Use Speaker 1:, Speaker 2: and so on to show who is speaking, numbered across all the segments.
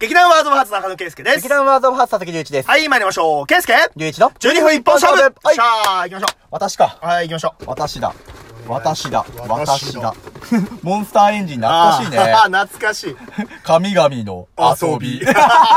Speaker 1: 劇団ワードバーツ中野圭介です
Speaker 2: 劇。団ワードオブハーツ佐々木隆一です。
Speaker 1: はい、参りましょう。圭介
Speaker 2: 隆一の
Speaker 1: !12 分一本勝負よ
Speaker 2: は
Speaker 1: っ
Speaker 2: い
Speaker 1: しゃあ、行きましょ
Speaker 2: 私か。
Speaker 1: う。はい、行きましょう。
Speaker 2: 私だ。私だ。
Speaker 1: 私
Speaker 2: 私
Speaker 1: だ
Speaker 2: だ。モンスターエンジン懐かしいね。
Speaker 1: あー懐かしい。
Speaker 2: 神々の遊び
Speaker 1: 遊び。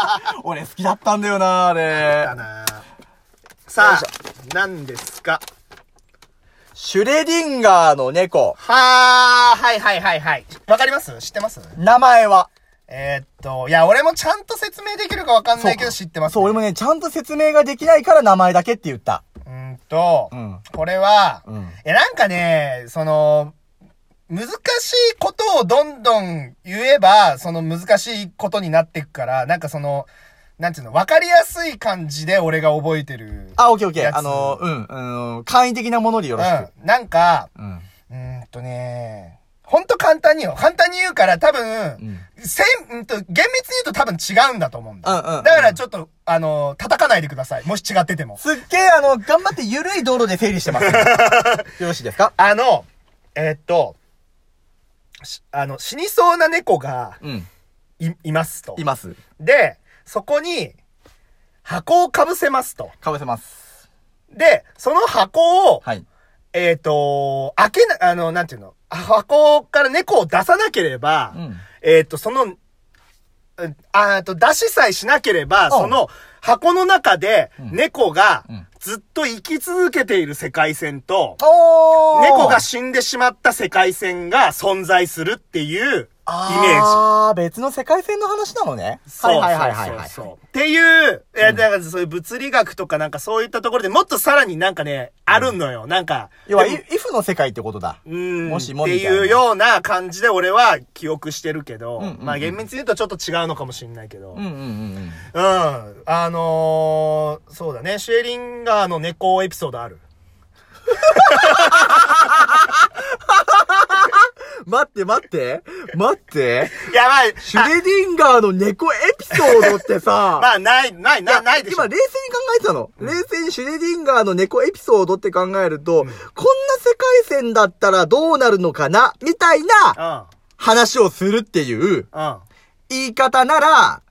Speaker 2: 俺好きだったんだよな、あれ
Speaker 1: だ。なさ
Speaker 2: よいし
Speaker 1: あ、何ですか
Speaker 2: シュレディンガーの猫。
Speaker 1: はー、はいはいはいはい。わかります知ってます
Speaker 2: 名前は。
Speaker 1: えー、っと、いや、俺もちゃんと説明できるかわかんないけど知ってます、
Speaker 2: そう、俺も。ね、ちゃんと説明ができないから名前だけって言った。
Speaker 1: うーんと、
Speaker 2: うん
Speaker 1: これは、
Speaker 2: うん
Speaker 1: え、なんかね、その、難しいことをどんどん言えば、その難しいことになっていくから、なんかその、なんていうの、わかりやすい感じで俺が覚えてる。
Speaker 2: あ、オッケーオッケ
Speaker 1: や
Speaker 2: ー。
Speaker 1: つ
Speaker 2: あの、うん、うん、簡易的なものでよろしく。
Speaker 1: うん。なんか、
Speaker 2: うん。
Speaker 1: うーんとね、ほんと簡単によ。簡単に言うから多分、
Speaker 2: うん
Speaker 1: せん、うんと、厳密に言うと多分違うんだと思うんだ。
Speaker 2: うんうんうん
Speaker 1: だからちょっと、あの、叩かないでください。もし違ってても。
Speaker 2: すっげえ、あの、頑張って緩い道路で整理して ますね。よろしいですか
Speaker 1: あの、えーっと、しあの、死にそうな猫が
Speaker 2: うん。
Speaker 1: い、いますと
Speaker 2: い。ます。
Speaker 1: で、そこに、箱をかぶせますと。
Speaker 2: かぶせます。
Speaker 1: で、その箱を、
Speaker 2: はい。
Speaker 1: えーっと、開けな、あの、なんていうの、箱から猫を出さなければ、
Speaker 2: うん。
Speaker 1: えーっ、と、その、うんあーっと、出しさえしなければ、
Speaker 2: ん
Speaker 1: その箱の中で
Speaker 2: ん
Speaker 1: 猫が
Speaker 2: うん
Speaker 1: ずっと生き続けている世界線と、
Speaker 2: お
Speaker 1: 猫が死んでしまった世界線が存在するっていうイメージ。
Speaker 2: ああ、別の世界線の話なのね。
Speaker 1: そう
Speaker 2: はいはいはいはい、
Speaker 1: そうそうそうっていう、えーなんかそういう物理学とかなんかそういったところでもっとさらになんかね、あるのよ。なんか。
Speaker 2: 要は、
Speaker 1: で
Speaker 2: イ
Speaker 1: も
Speaker 2: イフの世界ってことだ。
Speaker 1: うん。
Speaker 2: もしも
Speaker 1: っ
Speaker 2: み
Speaker 1: て
Speaker 2: たいな
Speaker 1: いうような感じで俺は記憶してるけど、
Speaker 2: うんうんうん
Speaker 1: まあ厳密に言うとちょっと違うのかもしれないけど。
Speaker 2: うんうんうん
Speaker 1: うん。あのー、そうだね。シュエリンガーの猫エピソードある。
Speaker 2: うん。待って待って、待って、
Speaker 1: やばい。
Speaker 2: シュレディンガーの猫エピソードって
Speaker 1: あ
Speaker 2: さ、
Speaker 1: まあ、ない、ない、ない、ないでしょ。
Speaker 2: 今冷静に考えてたの。冷静にシュレディンガーの猫エピソードって考えると、こんな世界線だったらどうなるのかなみたいな話をするっていう
Speaker 1: うん。うん。あ、
Speaker 2: 言い方なら、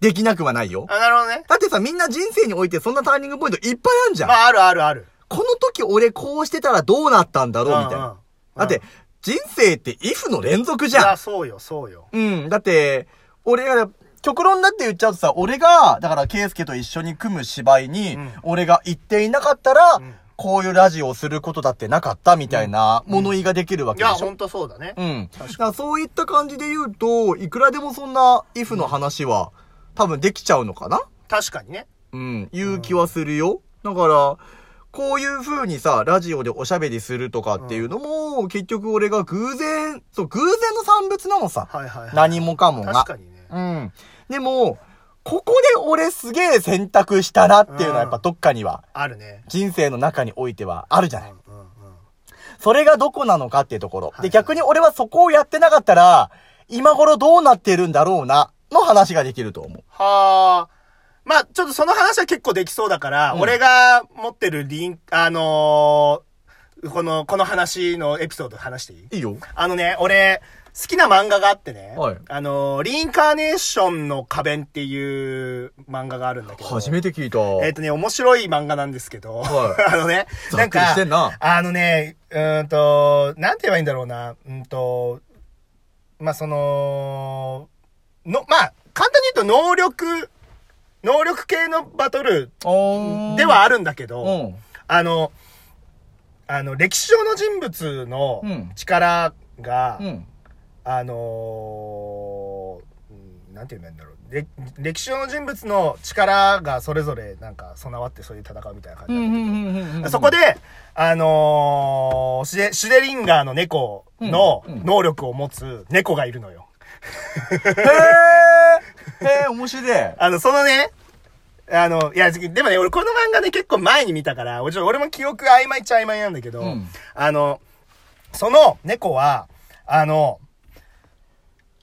Speaker 2: できなくはないよ。
Speaker 1: なるほどね。
Speaker 2: だってさ、みんな人生においてそんなターニングポイントいっぱいあるじゃん。
Speaker 1: まあ、あるあるある。
Speaker 2: この時俺こうしてたらどうなったんだろうみた
Speaker 1: うん
Speaker 2: い
Speaker 1: うんうん
Speaker 2: な。だって、人生ってイフの連続じ
Speaker 1: い
Speaker 2: ゃ
Speaker 1: や、
Speaker 2: ん。
Speaker 1: そうよ、そうよ。
Speaker 2: うん。だって、俺が、極論だって言っちゃうとさ、俺が、だから、ケイスケと一緒に組む芝居に、
Speaker 1: うん
Speaker 2: 俺が行っていなかったら、
Speaker 1: ん
Speaker 2: こういうラジオをすることだってなかったみたいな物言いができるわ
Speaker 1: い
Speaker 2: けで
Speaker 1: や、
Speaker 2: しょ。
Speaker 1: ほんとそうだね。
Speaker 2: うん。
Speaker 1: 確
Speaker 2: だ
Speaker 1: かに
Speaker 2: からそういった感じで言うと、いくらでもそんな、イフの話は、多分できちゃうのかな
Speaker 1: 確かにね。
Speaker 2: うん、いう気はするよ。だから、こういう風にさ、ラジオでおしゃべりするとかっていうのも、結局俺が偶然、そう、偶然の産物なのさ。
Speaker 1: はいはい、はい。
Speaker 2: 何もかもが
Speaker 1: 確。かにね。
Speaker 2: うん。でも、ここで俺すげえ選択したなっていうのはやっぱどっかには、
Speaker 1: あるね。
Speaker 2: 人生の中においてはあるじゃ
Speaker 1: うん
Speaker 2: な
Speaker 1: う
Speaker 2: い。
Speaker 1: んうん。
Speaker 2: それがどこなのかっていうところ。
Speaker 1: はいは
Speaker 2: で、
Speaker 1: い
Speaker 2: 逆に俺はそこをやってなかったら、今頃どうなってるんだろうな、の話ができると思う。
Speaker 1: はあ。まあ、ちょっとその話は結構できそうだから、
Speaker 2: うん
Speaker 1: 俺が持ってるリン、あのーこの、この話のエピソード話していい
Speaker 2: いいよ。
Speaker 1: あのね、俺、好きな漫画があってね、
Speaker 2: はい
Speaker 1: あのー、リインカーネーションの花弁っていう漫画があるんだけど、
Speaker 2: 初めて聞いた。
Speaker 1: えっ、とね、面白い漫画なんですけど、
Speaker 2: は
Speaker 1: あのね、
Speaker 2: ざっくりしてんな
Speaker 1: あのね、うーんと、なんて言えばいいんだろうな、うーんと、まあ、その、の、まあ、簡単に言うと能力、能力系のバトル
Speaker 2: おー
Speaker 1: ではあるんだけど、
Speaker 2: うん。
Speaker 1: あの、あの、歴史上の人物の
Speaker 2: うん
Speaker 1: 力が、
Speaker 2: うん。
Speaker 1: あのーうんなんて言うんだろう。れ歴史上の人物の力がそれぞれなんか備わってそういう戦うみたいな感じなんだけど、そこ
Speaker 2: で、
Speaker 1: で、あのーシュデ、シュデリンガーの猫の
Speaker 2: うんうん
Speaker 1: 能力を持つ猫がいるのよ。
Speaker 2: へえ、へえ、面白い。
Speaker 1: あの、そのね、あの、いや、でもね、俺この漫画ね、結構前に見たから、俺ちょ俺も記憶曖昧っちゃ曖昧なんだけど、
Speaker 2: うん
Speaker 1: あの、その猫は、あの、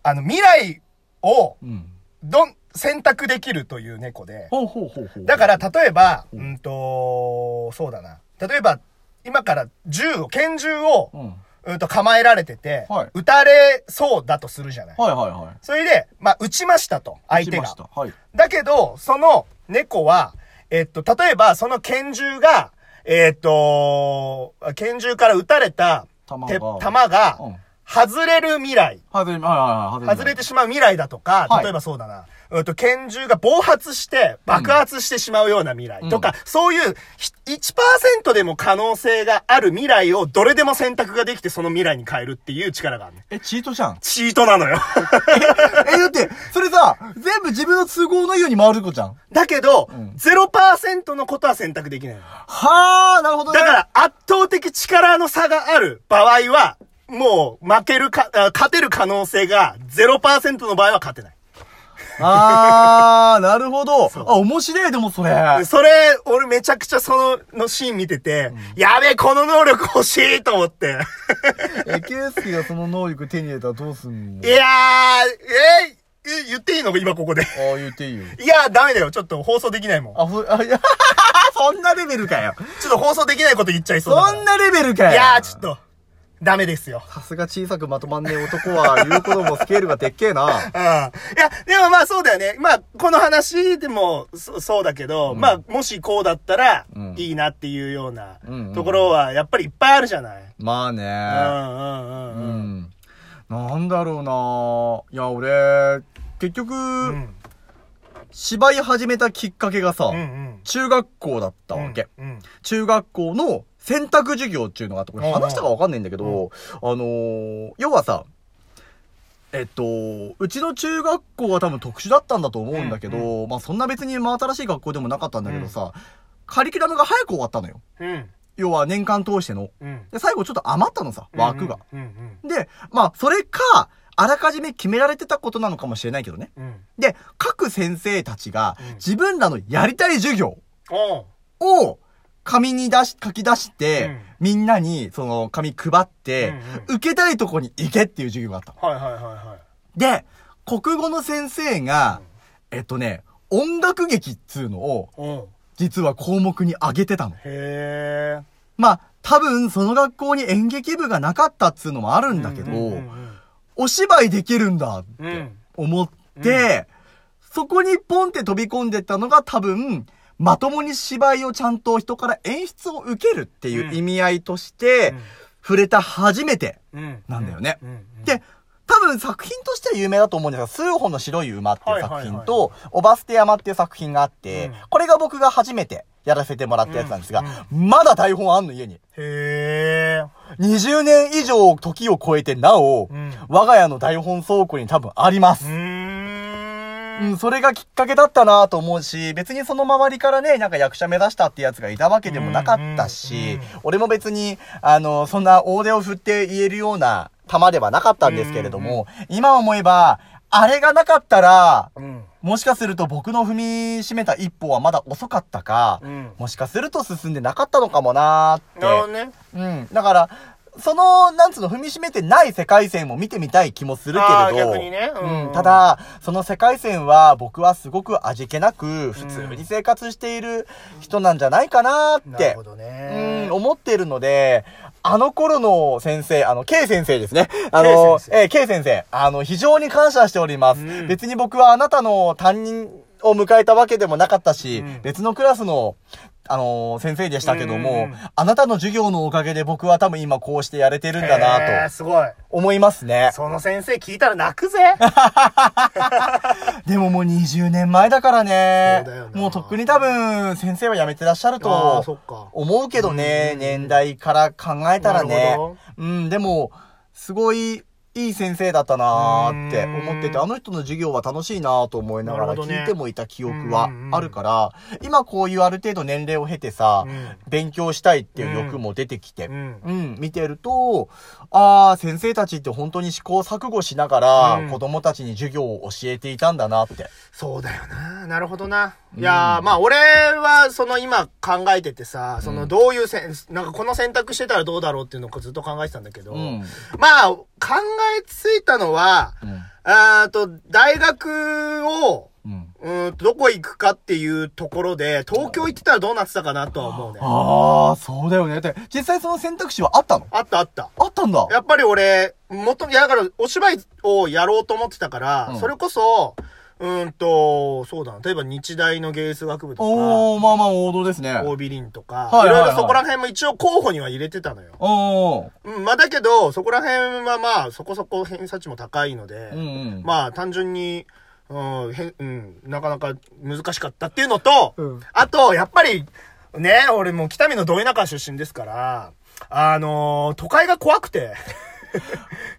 Speaker 1: あの、未来を、
Speaker 2: うん。
Speaker 1: どん、選択できるという猫で、
Speaker 2: ほうほうほうほう。
Speaker 1: だから、例えば、
Speaker 2: ん
Speaker 1: うんと、そうだな。例えば、今から銃を、拳銃を
Speaker 2: うん。
Speaker 1: うんと構えられてて、
Speaker 2: はい
Speaker 1: 撃たれそうだとするじゃない。
Speaker 2: はいはいはい。
Speaker 1: それで、まあ、撃ちましたと、相手
Speaker 2: 撃ちま
Speaker 1: が
Speaker 2: し。たはい。
Speaker 1: だけど、その猫は、えっと、例えば、その拳銃が、えっと、拳銃から撃たれた、
Speaker 2: 弾が
Speaker 1: て弾が
Speaker 2: うん、
Speaker 1: 外れる未来、
Speaker 2: 外れ、はいはいはい。
Speaker 1: 外れてしまう未来だとか、
Speaker 2: はい
Speaker 1: 例えばそうだな、うんと、拳銃が暴発して、爆発してしまうような未来とか、
Speaker 2: う
Speaker 1: そういう、ひ1%でも可能性がある未来を、どれでも選択ができて、その未来に変えるっていう力があるね。
Speaker 2: え、チートじゃん。
Speaker 1: チートなのよ。
Speaker 2: え、だって、それさ、全部自分の都合のように回る子じゃん。
Speaker 1: だけど、
Speaker 2: うん
Speaker 1: 0%のことは選択できないの。
Speaker 2: はあ、なるほどね。
Speaker 1: だから圧倒的力の差がある場合は、もう負けるか、あ勝てる可能性が0%の場合は勝てない。
Speaker 2: あー、なるほど。
Speaker 1: う
Speaker 2: あ、面白い、でもそれ。
Speaker 1: それ、俺めちゃくちゃその、のシーン見てて、やべえ、この能力欲しいと思って。
Speaker 2: え、ケースケがその能力手に入れたらどうすん
Speaker 1: い
Speaker 2: の
Speaker 1: やー、えーえ言っていいの今ここで。
Speaker 2: あー、言っていいよ。
Speaker 1: いやー、ダメだよ。ちょっと放送できないもん。
Speaker 2: あ、そ、あ、いや、 そんなレベルかよ。
Speaker 1: ちょっと放送できないこと言っちゃいそうだから
Speaker 2: そんなレベルかよ。
Speaker 1: いやー、ちょっ。と、ダメですよ。
Speaker 2: さすが小さくまとまんねえ男は、言うこともスケールがでっけえな。
Speaker 1: うんいや、でもまあそうだよね。まあ、この話でもそそうだけど、まあ、もしこうだったら
Speaker 2: うん
Speaker 1: いいなっていうような
Speaker 2: うんうん
Speaker 1: ところは、やっぱりいっぱいあるじゃない。
Speaker 2: まあ
Speaker 1: う
Speaker 2: ね。
Speaker 1: んうんう
Speaker 2: う
Speaker 1: んうん。
Speaker 2: ん。なんだろうないや、俺、結局、
Speaker 1: うん
Speaker 2: 芝居始めたきっかけがさ、
Speaker 1: うんうん。
Speaker 2: 中学校だったわけ。
Speaker 1: うん。
Speaker 2: 中学校の選択授業っていうのがあって、こ
Speaker 1: うん
Speaker 2: れ
Speaker 1: うん
Speaker 2: 話したかわかんないんだけど、あのー、要はさ、えっと、うちの中学校は多分特殊だったんだと思うんだけど、
Speaker 1: う
Speaker 2: まあそんな別に真新しい学校でもなかったんだけどさ、カリキュラムが早く終わったのよ。
Speaker 1: うん
Speaker 2: 要は年間通しての。
Speaker 1: うん。
Speaker 2: で、最後ちょっと余ったのさ、枠が。
Speaker 1: うんうん
Speaker 2: で、まあそれか、あらかじめ決められてたことなのかもしれないけどね。
Speaker 1: うん。うん。
Speaker 2: で、各先生たちが
Speaker 1: うん
Speaker 2: 自分らのやりたい授業
Speaker 1: おう
Speaker 2: を紙に出し、書き出して、
Speaker 1: うん
Speaker 2: みんなにその紙配って、
Speaker 1: う
Speaker 2: 受けたいとこに行けっていう授業があったの。
Speaker 1: はいはいはいはい。
Speaker 2: で、国語の先生が、えっとね、音楽劇っつうのを、
Speaker 1: おう
Speaker 2: 実は項目に挙げてたの。
Speaker 1: へえ。
Speaker 2: まあ、多分その学校に演劇部がなかったっつうのもあるんだけど、
Speaker 1: うんうん
Speaker 2: お芝居できるんだっ
Speaker 1: うんう
Speaker 2: て
Speaker 1: ん。
Speaker 2: 思って、そこにポンって飛び込んでったのが多分、まともに芝居をちゃんと人から演出を受けるっていう意味合いとして、触れた初めて。
Speaker 1: うん。うん
Speaker 2: なんだよね
Speaker 1: うんうん
Speaker 2: で、多分作品としては有名だと思うんですが、数本の白い馬っていう作品
Speaker 1: はい
Speaker 2: と、オバステ山っていう作品があって、
Speaker 1: うん
Speaker 2: これが僕が初めてやらせてもらったやつなんですが、まだ台本あんの家に。
Speaker 1: へえ。
Speaker 2: 20年以上時を超えてなお、
Speaker 1: うん
Speaker 2: 我が家の台本倉庫に多分あります
Speaker 1: う。ー。
Speaker 2: うんん、それがきっかけだったなと思うし、別にその周りからね、なんか役者目指したってやつがいたわけでもなかったし、
Speaker 1: うんうんうん
Speaker 2: 俺も別に、あの、そんな大手を振って言えるような玉ではなかったんですけれども、今思えば、あれがなかったら、
Speaker 1: うん。
Speaker 2: もしかすると僕の踏みしめた一歩はまだ遅かったか、
Speaker 1: うん。
Speaker 2: もしかすると進んでなかったのかもなーって。
Speaker 1: なるほどね。
Speaker 2: うん。だから、その、なんつうの、踏みしめてない世界線も見てみたい気もするけれ
Speaker 1: あー
Speaker 2: ど。
Speaker 1: 逆にねうん
Speaker 2: ただ、その世界線は僕はすごく味気なく、普通に生活している人なんじゃないかなっ
Speaker 1: な
Speaker 2: て
Speaker 1: るほ、ど
Speaker 2: う
Speaker 1: ね
Speaker 2: ん、。思っているので、あの頃の先生、あの、K 先生ですね。あの
Speaker 1: K、先
Speaker 2: えー K 先生、あの、非常に感謝しております。
Speaker 1: うん
Speaker 2: 別に僕はあなたの担任を迎えたわけでもなかったし、
Speaker 1: うん
Speaker 2: 別のクラスの、あのー先生でしたけども、
Speaker 1: うん
Speaker 2: あなたの授業のおかげで僕は多分今こうしてやれてるんだ
Speaker 1: へ
Speaker 2: な
Speaker 1: ー
Speaker 2: と
Speaker 1: すごい。
Speaker 2: 思いますね。
Speaker 1: その先生聞いたら泣くぜ。
Speaker 2: でももう20年前だからね
Speaker 1: そうだよ、な
Speaker 2: もうとっくに多分先生は辞めてらっしゃる
Speaker 1: あ
Speaker 2: と
Speaker 1: ーそっか。
Speaker 2: 思うけどね、
Speaker 1: うん
Speaker 2: 年代から考えたら
Speaker 1: なる
Speaker 2: ね
Speaker 1: ほ。
Speaker 2: うん、でも、すごい、いい先生だったなーって思ってて、
Speaker 1: うん
Speaker 2: あの人の授業は楽しいなーと思いなが
Speaker 1: な
Speaker 2: ら
Speaker 1: るほどね
Speaker 2: 聞いてもいた記憶はあるから、今こういうある程度年齢を経てさ、
Speaker 1: うん
Speaker 2: 勉強したいっていう欲も出てきて、
Speaker 1: う
Speaker 2: う
Speaker 1: ん。
Speaker 2: ん見てると、ああ、先生たちって本当に試行錯誤しながら、
Speaker 1: うん
Speaker 2: 子供たちに授業を教えていたんだなって。
Speaker 1: そうだよな。なるほどな。いやー、まあ俺は、その今考えててさ、そのどういうせん、なんかこの選択してたらどうだろうっていうのをずっと考えてたんだけど、
Speaker 2: うん。
Speaker 1: まあ、考えついたのは、
Speaker 2: うん。
Speaker 1: あーと、大学を、
Speaker 2: うん。
Speaker 1: うーんと、どこ行くかっていうところで、東京行ってたらどうなってたかなとは思うね。
Speaker 2: ああ、そうだよね。で、実際その選択肢はあったの
Speaker 1: あったあった。
Speaker 2: あったんだ。
Speaker 1: やっぱり俺、もと、いやだから、お芝居をやろうと思ってたから、
Speaker 2: うん
Speaker 1: それこそ、うーんと、そうだな。例えば日大の芸術学部とか、
Speaker 2: おー、まあまあ王道ですね。
Speaker 1: OB リンとか、
Speaker 2: は
Speaker 1: い
Speaker 2: いはいはい
Speaker 1: ろいろそこら辺も一応候補には入れてたのよ。
Speaker 2: おー。
Speaker 1: うん、まあだけど、そこら辺はまあ、そこそこ偏差値も高いので、
Speaker 2: うんうん。
Speaker 1: まあ単純に、うん、へん、うん、なかなか難しかったっていうのと、
Speaker 2: うん
Speaker 1: あと、やっぱり、ね、俺もう北見の土井中出身ですから、あのー都会が怖くて。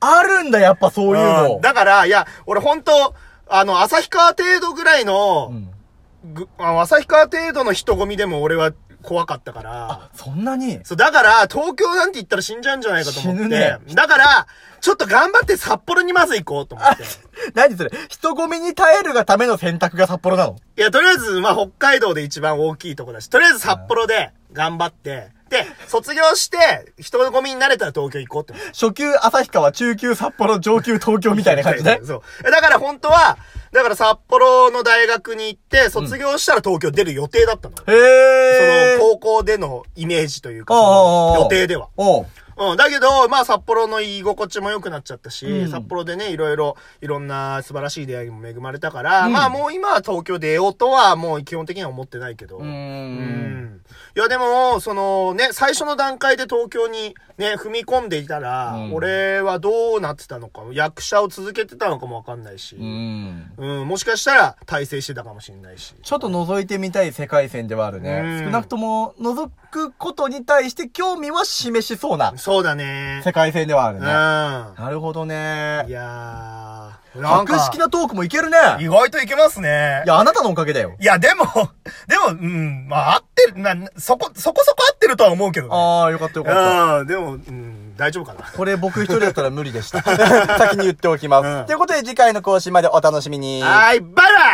Speaker 2: あるんだ、やっぱそうい
Speaker 1: う
Speaker 2: う
Speaker 1: ん
Speaker 2: の。
Speaker 1: だから、いや、俺本当あの、旭川程度ぐらいの
Speaker 2: う、ん
Speaker 1: ぐあの旭川程度の人混みでも俺は怖かったから
Speaker 2: あ、、そんなに
Speaker 1: そう、だから、東京なんて言ったら死んじゃうんじゃないかと思って。
Speaker 2: 死ぬね
Speaker 1: だから、ちょっと頑張って札幌にまず行こうと思 って。
Speaker 2: 何それ人混みに耐えるがための選択が札幌なの
Speaker 1: いや、とりあえず、まあ、北海道で一番大きいとこだし、とりあえず札幌で頑張って、で、卒業して、人混みになれたら東京行こうって思って。
Speaker 2: 初級旭川、中級札幌、上級東京みたい な感じね。
Speaker 1: そう。えだから本当は、だから札幌の大学に行って、卒業したら東京出る予定だったの。
Speaker 2: へえ。
Speaker 1: その、高校でのイメージというか、
Speaker 2: ああああ
Speaker 1: そ
Speaker 2: ああ
Speaker 1: の予定では。
Speaker 2: おう
Speaker 1: うん。だけど、まあ、札幌の居心地も良くなっちゃったし、
Speaker 2: うん
Speaker 1: 札幌でね、いろいろ、いろんな素晴らしい出会いにも恵まれたから、
Speaker 2: うん
Speaker 1: まあ、もう今は東京出ようとは、もう基本的には思ってないけど。
Speaker 2: うー。
Speaker 1: うんんいや、でも、そのね、最初の段階で東京にね、踏み込んでいたら、
Speaker 2: うん
Speaker 1: 俺はどうなってたのか、役者を続けてたのかもわかんないし、
Speaker 2: うーん。
Speaker 1: うん、もしかしたら大成してたかもしれないし。
Speaker 2: ちょっと覗いてみたい世界線ではあるね。
Speaker 1: うん
Speaker 2: 少なくとも、覗くことに対して興味は示しそうな
Speaker 1: そうだね。
Speaker 2: 世界線ではある
Speaker 1: うん。い
Speaker 2: ね。
Speaker 1: や
Speaker 2: なるほどね。
Speaker 1: ー、なんか
Speaker 2: 格式なトークもいけるね。
Speaker 1: 意外といけますね
Speaker 2: い。や、あなたのおかげだよ。
Speaker 1: いや、でも、 でも、うん、まあ、合ってる、な、そこ、そこそこ合ってるとは思うけどね。
Speaker 2: ああ、よかったよかっ
Speaker 1: うん、でも、うん、大丈夫かな。
Speaker 2: た。これ僕一人だったら無理でした。先に言っておきます。
Speaker 1: うん
Speaker 2: ということで次回の更新までお楽しみに。
Speaker 1: はい、バイバイ